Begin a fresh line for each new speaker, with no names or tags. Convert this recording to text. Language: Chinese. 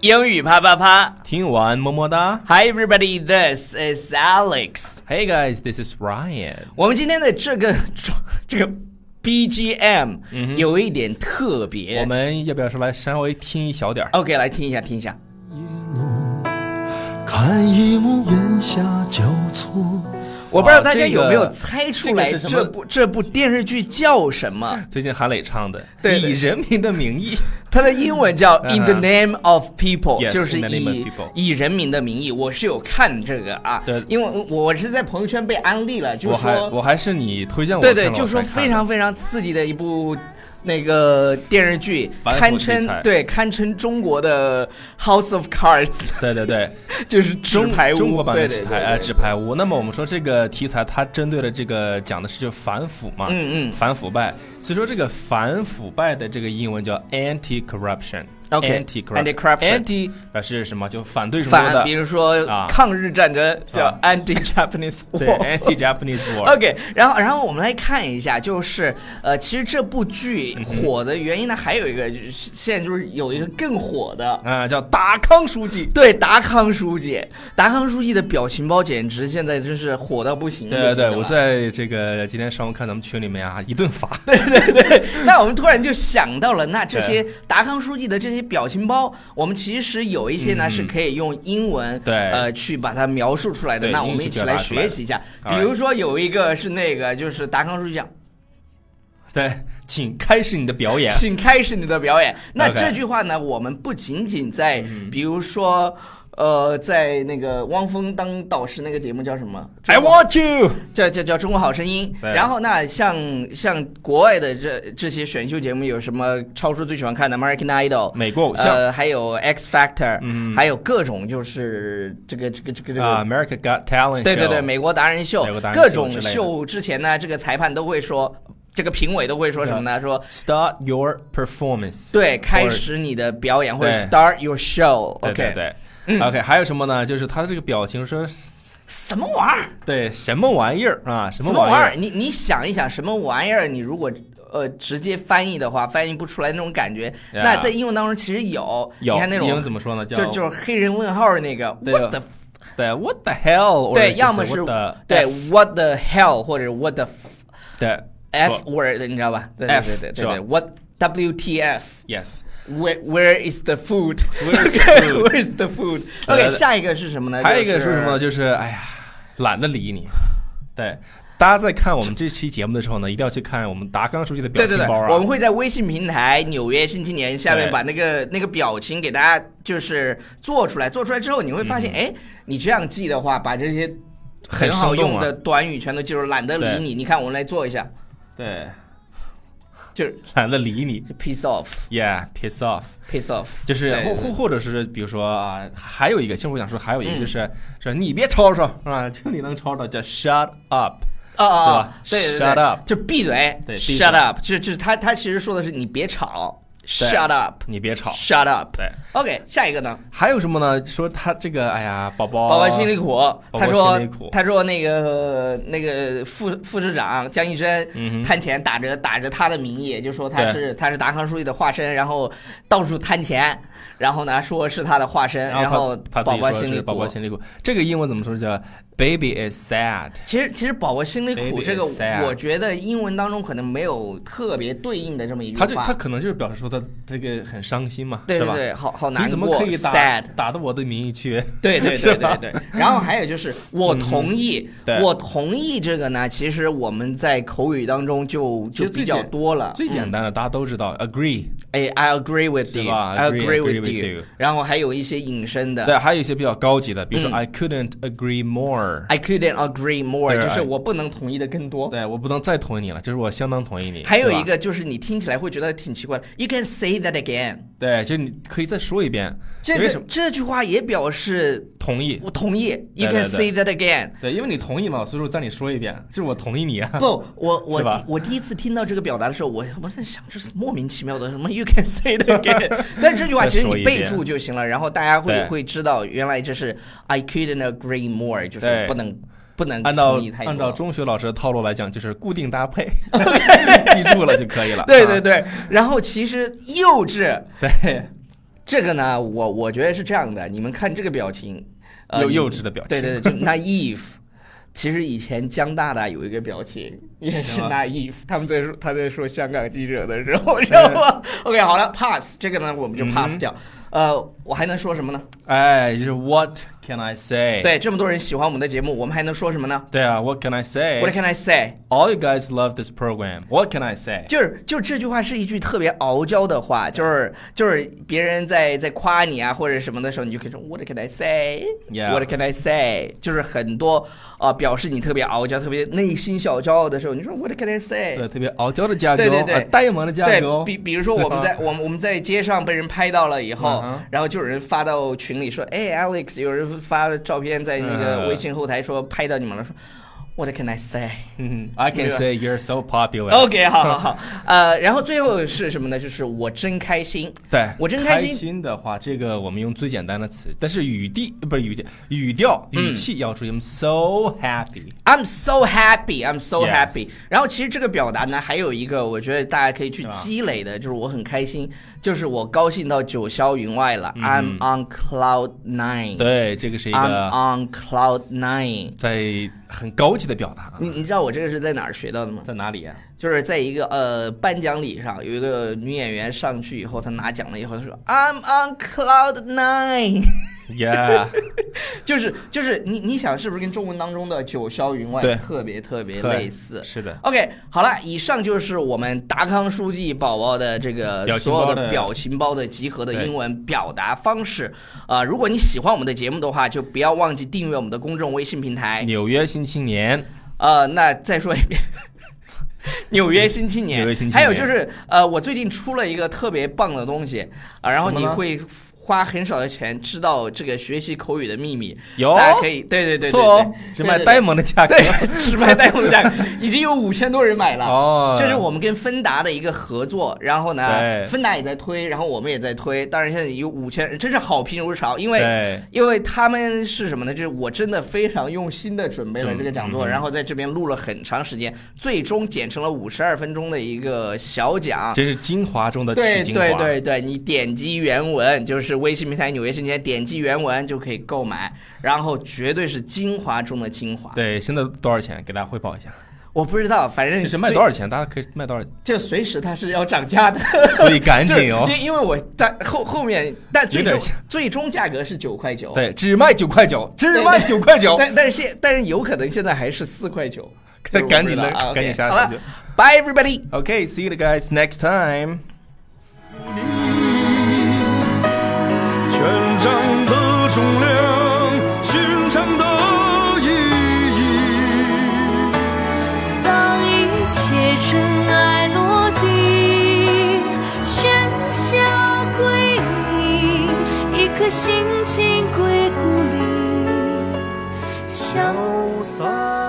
英语啪啪啪
听完么么哒。
！Hi everybody, this is Alex。
Hey guys, this is Ryan。
我们今天的这个 这个 BGM 有一点特别。
嗯我们要不要是来稍微听一小点儿？
OK 来听一下，听一下。
看一幕烟霞交错，
我不知道大
这
家
个
有没有猜出来
哦这个是什么
这部这部电视剧叫什么？
最近韩磊唱的
对
以
对
人民的名义》，
它的英文叫《
嗯
In the Name of People》，
Yes,
就是以
In the Name of People
以人民的名义。我是有看这个啊
对，
因为我我是在朋友圈被安利了，就
我
是
还
说
我还是你推荐我
对
看了
对，
我才看的，
就说非常非常刺激的一部那个电视剧，
反腐
堪
题
称
材
对堪称中国的《House of Cards
对对对，》，
就是纸
中
牌屋，
中国版的
对对
纸
对
牌
对
哎纸牌屋。那么我们说这个题材，它针对的这个讲的是就反腐嘛，
嗯嗯
反腐败。所以说这个反腐败的这个英文叫 anti corruption。
OK，
anti
anti-corruption
anti 表示什么？就反对什么
反，
的
比，如说
啊
抗日战争叫
啊
anti-Japanese
对哎
war。
anti Japanese war。
OK，然后然后我们来看一下，就是呃，其实这部剧火的原因呢，还有一个就是现在就是有一个更火的，
啊，叫达康书记。
对达康书记，达康书记的表情包简直现在真是火到不行。
对
不
对
行
对，
的
我
了
在这个今天上午看咱们群里面啊，一顿罚。
那我们突然就想到了，那这些达康书记的这些表情包，我们其实有一些呢、是可以用英文
嗯对
呃去把它描述出来的。
对
那我们一起来学习一下，
英语去表达出
比
来
如说有一个是那个就是达康书记讲，
对，请开始你的表演。
请开始你的表演。那
OK 嗯
这句话呢，我们不仅仅在比如说。呃，在那个汪峰当导师那个节目叫什么
I want you。
叫叫叫《中国好声音》，
对
然后呢，像像国外的这这些选秀节目有什么？超叔最喜欢看的《American Idol》，
美国偶像嗯
呃，还有《X Factor》，还有各种就是这个这个这个这个。
啊，America Got Talent。
对对对，。美国达人秀
美国达，人秀
各种
之类的
秀之前呢，这个裁判都会说，这个评委都会说什么呢？说
Start your performance。
对，开始你的表演或者
对
start your show。
对对
OK，嗯
对。OK，还有什么呢？就是他的这个表情说，
什么玩意儿？
对什么玩意儿啊？什
什么
玩
玩意
意
儿？？你你想一想，什么玩意儿？你如果呃直接翻译的话，翻译不出来那种感觉。
Yeah
那在英文当中其实有，
有
你看那
英文怎
种
么说呢？叫
就就是黑人问号的那个
对啊
what the
对 What the hell？
对，要么是对
对
what the hell 或者 what the
对
f
说
word，你知道吧？对对
F，
对对对
是吧
对，what WTF。
Yes。
Where where is the food?
Where is the food?
Where is the food?
对
OK，
对对
下一个是什么呢？
还有一个
就是
说什么呢？就是哎呀，懒得理你。对，大家在看我们这期节目的时候呢，一定要去看我们达康书记的表
对对
情
对，
包啊。
我们会在微信平台《纽约新青年》下面
对
把那个那个表情给大家就是做出来，做出来之后你会发
嗯
现，哎、你这样记的话，把这些很
很
好
生动
用
啊
的短语全都记住，懒得理你。你看，我们来做一下，
对，
就是
懒得理你。
就 piece off，piece
Yeah，piss off，
off，
就是
对
或或或者是比如说啊，还有一个，其实我想说还有一
嗯
个就是说你别吵吵啊，就你能吵吵叫 shut up。
哦
对
哦
吧，
对对对
Shut up
就闭嘴
对闭嘴
，shut up，就就是他他其实说的是你别吵，shut up，shut
你别吵。
up。
对，
OK，下一个呢？
还有什么呢？说他这个，哎呀，宝宝，
宝宝心里苦，他
宝宝
说
心里苦
他说那个那个副副市长江一真、贪钱，打着打着他的名义，就说他
嗯对
是他是达康书记的化身，然后到处贪钱，然后呢说是他的化身，然
然
后
他他
宝
自己
宝
说
心里
是
苦。
宝宝心里苦。这个英文怎么说？叫 baby is sad。
其实其实宝宝心里苦
Baby
这个
is sad，
我觉得英文当中可能没有特别对应的这么一句
他就他
话。
可能就是表示说他这个很伤心嘛，
对
是
对
吧？
对，好好难过。
你怎么可以打
sad？
打到我的名义去？
对对对
是
对
吧嗯
对，然后还有就是，我同意，
对
我同意这个呢。其实我们在口语当中就就
其实最
比较
简
多了。嗯
最简单的大家都知道，agree。
哎，I agree with
是
you,
吧
I
agree-
agree
agree
with
with
you
you。
然后还有一些引申的
对，还有一些比较高级的，比如说
嗯
I couldn't agree more。
，I couldn't agree more，
对
就是
I-
我不能同意的更多。
对我不能再同意你了，就是我相当同意你。
还有
对吧
一，个就是你听起来会觉得挺奇怪的，You can say that again。
对，就你可以再说一遍，
这
因为什
个
么
这句话也表示
同意？
我同意，You
对
can
对对
say that again。
对，因为你同意嘛，所以说再你说一遍，就是我同意你啊。
不，我我
是吧
第我第一次听到这个表达的时候，我我在想，这是莫名其妙的什么 “you can say it again”。但这句话其实
再说
你
一
备
遍
注就行了，然后大家会
对
会知道，原来这是 “I couldn't agree more”，就是
对
不能不能
按照
同意太多
按照中学老师的套路来讲，就是固定搭配，记住了就可以了。
对
啊
对对，然后其实幼稚啊
对，
这个呢，我我觉得是这样的，你们看这个表情，呃、
幼幼稚的表情
对对对，就 naive。其实以前江大大有一个表情也是
是吗
naive，他们在说他在说香港记者的时候， 知道吗？OK，好了，pass 这个呢我们就 pass 掉。呃，我还能说什么呢？
哎，就是 What can I say？
对，这么多人喜欢我们的节目，我们还能说什么呢
对啊，What can I
？What
say？
can I say？
All you guys love this program. What can I say？
就是就这句话是一句特别傲娇的话，就是就是别人在在夸你啊或者什么的时候，你就可以说 What can I say?
Yeah.
What can I say? 就是很多啊、呃表示你特别傲娇、特别内心小骄傲的时候，你说 What can I say?
对，特别傲娇的加油，
对对对
啊呆萌的加油
对，比比如说我们 在我们我们在街上被人拍到了以后
嗯哼，
然后就有人发到群里说，哎，Alex，有人发照片在那个
嗯
微信后台说拍到你们了，说 What can I say？
嗯，I can say you're so popular。
OK，好好好，呃，然后最后是什么呢？就是我真开心，
对
我真
开
开心
的话，这个我们用最简单的词，但是语地不是语调，语调、
嗯
语气要注意。I'm so happy。
，I'm so happy，I'm so
Yes
happy。然后其实这个表达呢，还有一个我觉得大家可以去
吧
积累的，就是我很开心，就是我高兴到九霄云外了，I'm on cloud nine，I'm
嗯对，这个是一个
on cloud nine。
在很高级的表达啊，
你你知道我这个是在哪儿学到的吗？
在哪里啊？
就是在一个呃颁奖礼上，有一个女演员上去以后，她拿奖了以后，她说 I'm on cloud nine。
Yeah，
就是就是你你想是不是跟中文当中的九霄云外
对
特别特别类似？
是的。
OK，好了，以上就是我们达康书记宝宝的这个
表情
所
包
有
的
的表情包的集合的
对
英文表达方式。啊，如果你喜欢我们的节目的话，就不要忘记订阅我们的公众微信平台。
纽约新青年，
呃，那再说一遍。 纽约新青年，
纽约新青年
还有就是，呃，我最近出了一个特别棒的东西，啊，然后
什么
你
呢
会花很少的钱知道这个学习口语的秘密，
有
大家可以，对对
不
对对
错哦，
对，
只卖呆萌的 价格。
对，对只卖呆萌的价格，已经有五千多人买了。
哦
这是我们跟芬达的一个合作，然后呢，
对
芬达也在推，然后我们也在推，当然现在有五千，真是好评如潮，因为
对，
因为他们是什么呢？就是我真的非常用心的准备了
嗯
这个讲座，然后在这边录了很长时间，最终剪成了五十二分钟的一个小讲。
真是精华中的
啊对
取精华。
对对对，你点击原文，就是微信平台《纽约新青年》，点击原文就可以购买，然后绝对是精华中的精华。
对现在多少钱？给大家汇报一下，
我不知道，反正
就是卖多少钱，大家可以卖多少钱，
就，就随时它是要涨价的。
所以赶
就是
紧哦。
因因为我在后后面，但最
有点
终最终价格是九块九。
对，只卖九块九，只卖九块九。
但但是现但是有可能现在还是四块九，
赶 赶紧的
就是我不知道啊
赶紧
OK，
下手
好了
就
，Bye everybody。
Okay, see you guys next time.
全场的重量，寻常的意义。
当一切尘埃落地，喧嚣归隐，一颗心情归故里，潇洒。